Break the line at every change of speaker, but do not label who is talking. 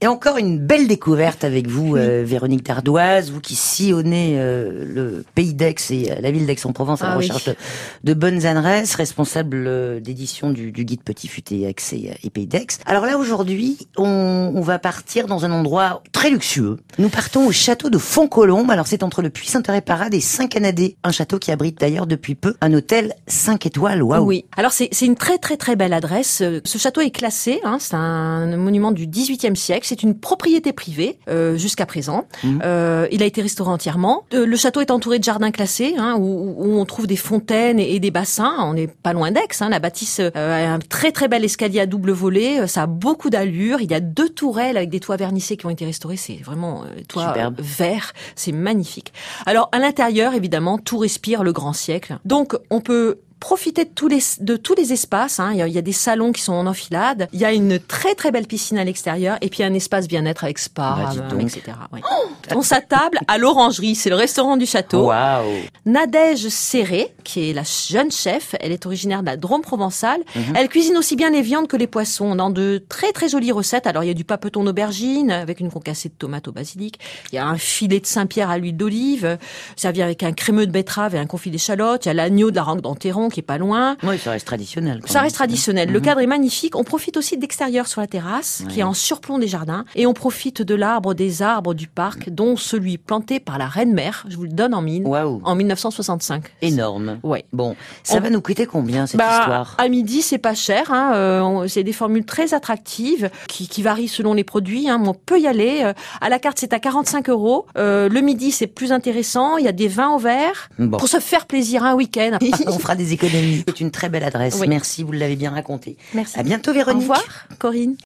Et encore une belle découverte avec vous, euh, Véronique Dardoise, vous qui sillonnez euh, le pays d'Aix et euh, la ville d'Aix-en-Provence à la
Ah oui.
recherche de, de bonnes adresses, responsable euh, d'édition du, du guide Petit Futé Aix et, euh, et pays d'Aix. Alors là, aujourd'hui, on, on va partir dans un endroit très luxueux. Nous partons au château de Fontcolombe. Alors c'est entre le Puy Saint-Heure-et-Parade et Saint-Canadé, un château qui abrite d'ailleurs depuis peu un hôtel 5 étoiles. Waouh
Oui. Alors c'est c'est une très très très belle adresse. Euh, Ce château est classé, hein, c'est un monument du XVIIIe siècle. C'est une propriété privée euh, jusqu'à présent.
Mhm.
Euh, il a été restauré entièrement. Euh, le château est entouré de jardins classés hein, où, où on trouve des fontaines et, et des bassins. On n'est pas loin d'Aix. hein. La bâtisse euh, a un très très bel escalier à double volet. Euh, Ça a beaucoup d'allure. Il y a deux tourelles avec des toits vernissés qui ont été restaurés. C'est vraiment euh, toits
Superbe.
euh, verts. C'est magnifique. Alors à l'intérieur, évidemment, tout respire le grand siècle. Donc on peut profiter de tous les de tous les espaces. hein. Il, y a, il y a des salons qui sont en enfilade. Il y a une très très belle piscine à l'extérieur et puis un espace bien-être avec spa,
Bah, dis
euh,
donc.
etc. ouais. On s'attable à l'Orangerie, c'est le restaurant du château.
Waouh
Nadège Serré, qui est la jeune chef, elle est originaire de la Drôme provençale. Elle cuisine aussi bien les viandes que les poissons. On a de très très jolies recettes. Alors il y a du papeton d'aubergine avec une concassée de tomates au basilic. Il y a un filet de Saint-Pierre à l'huile d'olive, servi avec un crémeux de betterave et un confit d'échalote. Il y a l'agneau de la rangue d'Enterron qui est pas loin.
Oui, ça reste traditionnel. quand
Ça
même.
reste traditionnel. Le cadre est magnifique. On profite aussi de l'extérieur sur la terrasse, qui est en surplomb des jardins. Et on profite de l'arbre des arbres du parc, dont celui planté par la reine-mère, je vous le donne en mine,
Waouh
en 1965.
Énorme
Ouais.
Bon, ça
On-
va nous coûter combien cette
Bah,
histoire
à midi, c'est pas cher. Hein. euh, on- c'est des formules très attractives qui, qui varient selon les produits. Hein. mais On peut y aller. euh, À la carte, c'est à 45 euros. Euh, le midi, c'est plus intéressant. Il y a des vins au verre
Bon.
pour se faire plaisir un week-end.
On fera des économies. C'est une très belle adresse.
Oui.
Merci, vous l'avez bien raconté.
Merci.
À bientôt,
Au
Véronique.
revoir, Corinne.